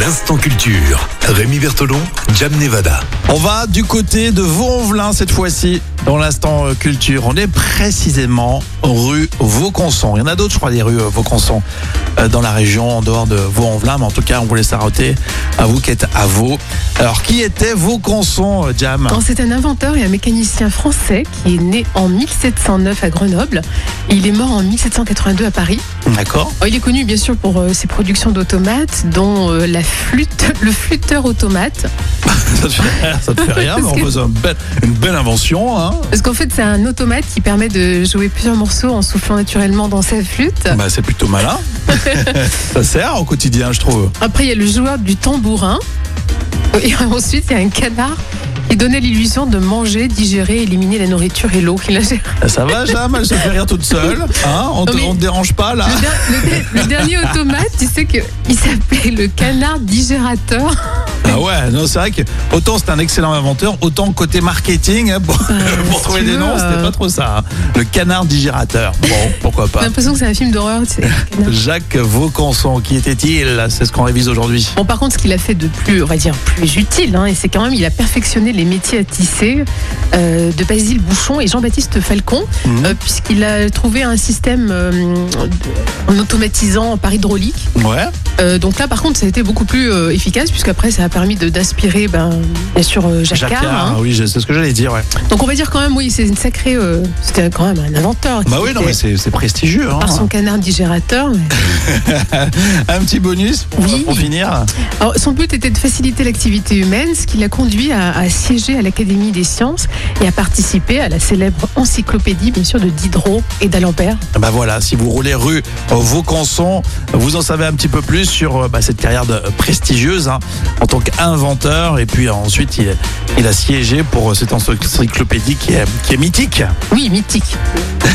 L'instant culture. Rémi Bertolon, Jam Nevada. On va du côté de Vaux-en-Velin cette fois-ci, dans l'instant euh, culture. On est précisément rue Vauconson. Il y en a d'autres, je crois, des rues euh, Vauconson euh, dans la région, en dehors de Vaux-en-Velin. Mais en tout cas, on voulait s'arrêter à vous qui êtes à Vaux. Alors, qui était Vauconson, euh, Jam Alors, C'est un inventeur et un mécanicien français qui est né en 1709 à Grenoble. Il est mort en 1782 à Paris. D'accord Oh, Il est connu bien sûr pour euh, ses productions d'automates, dont euh, la flûte, le flûteur automate. Ça te fait, ça te fait rien, mais on Parce que- faisait un bel- une belle invention. Hein Parce qu'en fait, c'est un automate qui permet de jouer plusieurs morceaux en soufflant naturellement dans sa flûte. Bah, C'est plutôt malin. ça sert au quotidien, je trouve. Après, il y a le joueur du tambourin. Et ensuite, il y a un canard qui donnait l'illusion de manger, digérer, éliminer la nourriture et l'eau qu'il ingère. Ça va, Jam Elle se fait rire toute seule. Hein on ne te, Non, mais- on te dérange pas, là Le, der- le der- le dernier automate, tu sais qu'il s'appelait le canard digérateur. Ah ouais, non, c'est vrai que autant c'est un excellent inventeur, autant côté marketing, hein, pour, pour si trouver tu des veux, noms, c'était euh, pas trop ça. hein. Le canard digérateur. Bon, pourquoi J'ai pas. l'impression que c'est un film d'horreur. tu sais, le canard. Jacques Vaucanson, qui était-il C'est ce qu'on révise aujourd'hui. Bon, par contre, ce qu'il a fait de plus, on va dire, plus utile, hein, et c'est quand même, il a perfectionné les métiers à tisser euh, de Basile Bouchon et Jean-Baptiste Falcon, Mhm. euh, puisqu'il a trouvé un système euh, en automatisant par hydraulique. Ouais. Euh, donc là, par contre, ça a été beaucoup plus euh, efficace, puisqu'après, ça a permis de- d'inspirer, ben, bien sûr, euh, Jacquard. hein. ah oui, je- c'est ce que j'allais dire, ouais. Donc on va dire quand même, oui, c'est une sacrée. euh, C'était quand même un inventeur. qui Bah oui, non, était- mais c'est c'est prestigieux. hein. par son canard digérateur. mais- Un petit bonus pour, Oui. pour finir. Alors, son but était de faciliter l'activité humaine, ce qui l'a conduit à, à siéger à l'Académie des sciences et à participer à la célèbre encyclopédie, bien sûr, de Diderot et d'Alembert. Bah voilà, si vous roulez rue euh, Vaucanson, vous en savez un petit peu plus sur euh, bah, cette carrière de- prestigieuse hein, en tant qu'inventeur. Et puis euh, ensuite, il, il a siégé pour euh, cette encyclopédie qui est, qui est mythique. Oui, mythique.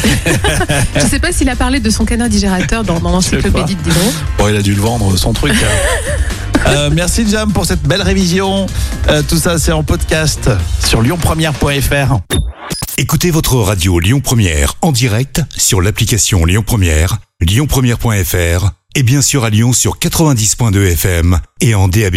Je ne sais pas s'il a parlé de son canard digérateur dans, dans l'encyclopédie de Diderot. Bon, il a dû le vendre, son truc. hein. Euh, merci Jam pour cette belle révision. Euh, tout ça, c'est en podcast sur lyonpremière.fr. Écoutez votre radio Lyon Première en direct sur l'application Lyon Première, lyonpremière.fr et bien sûr à Lyon sur 90.2 FM et en DAB+.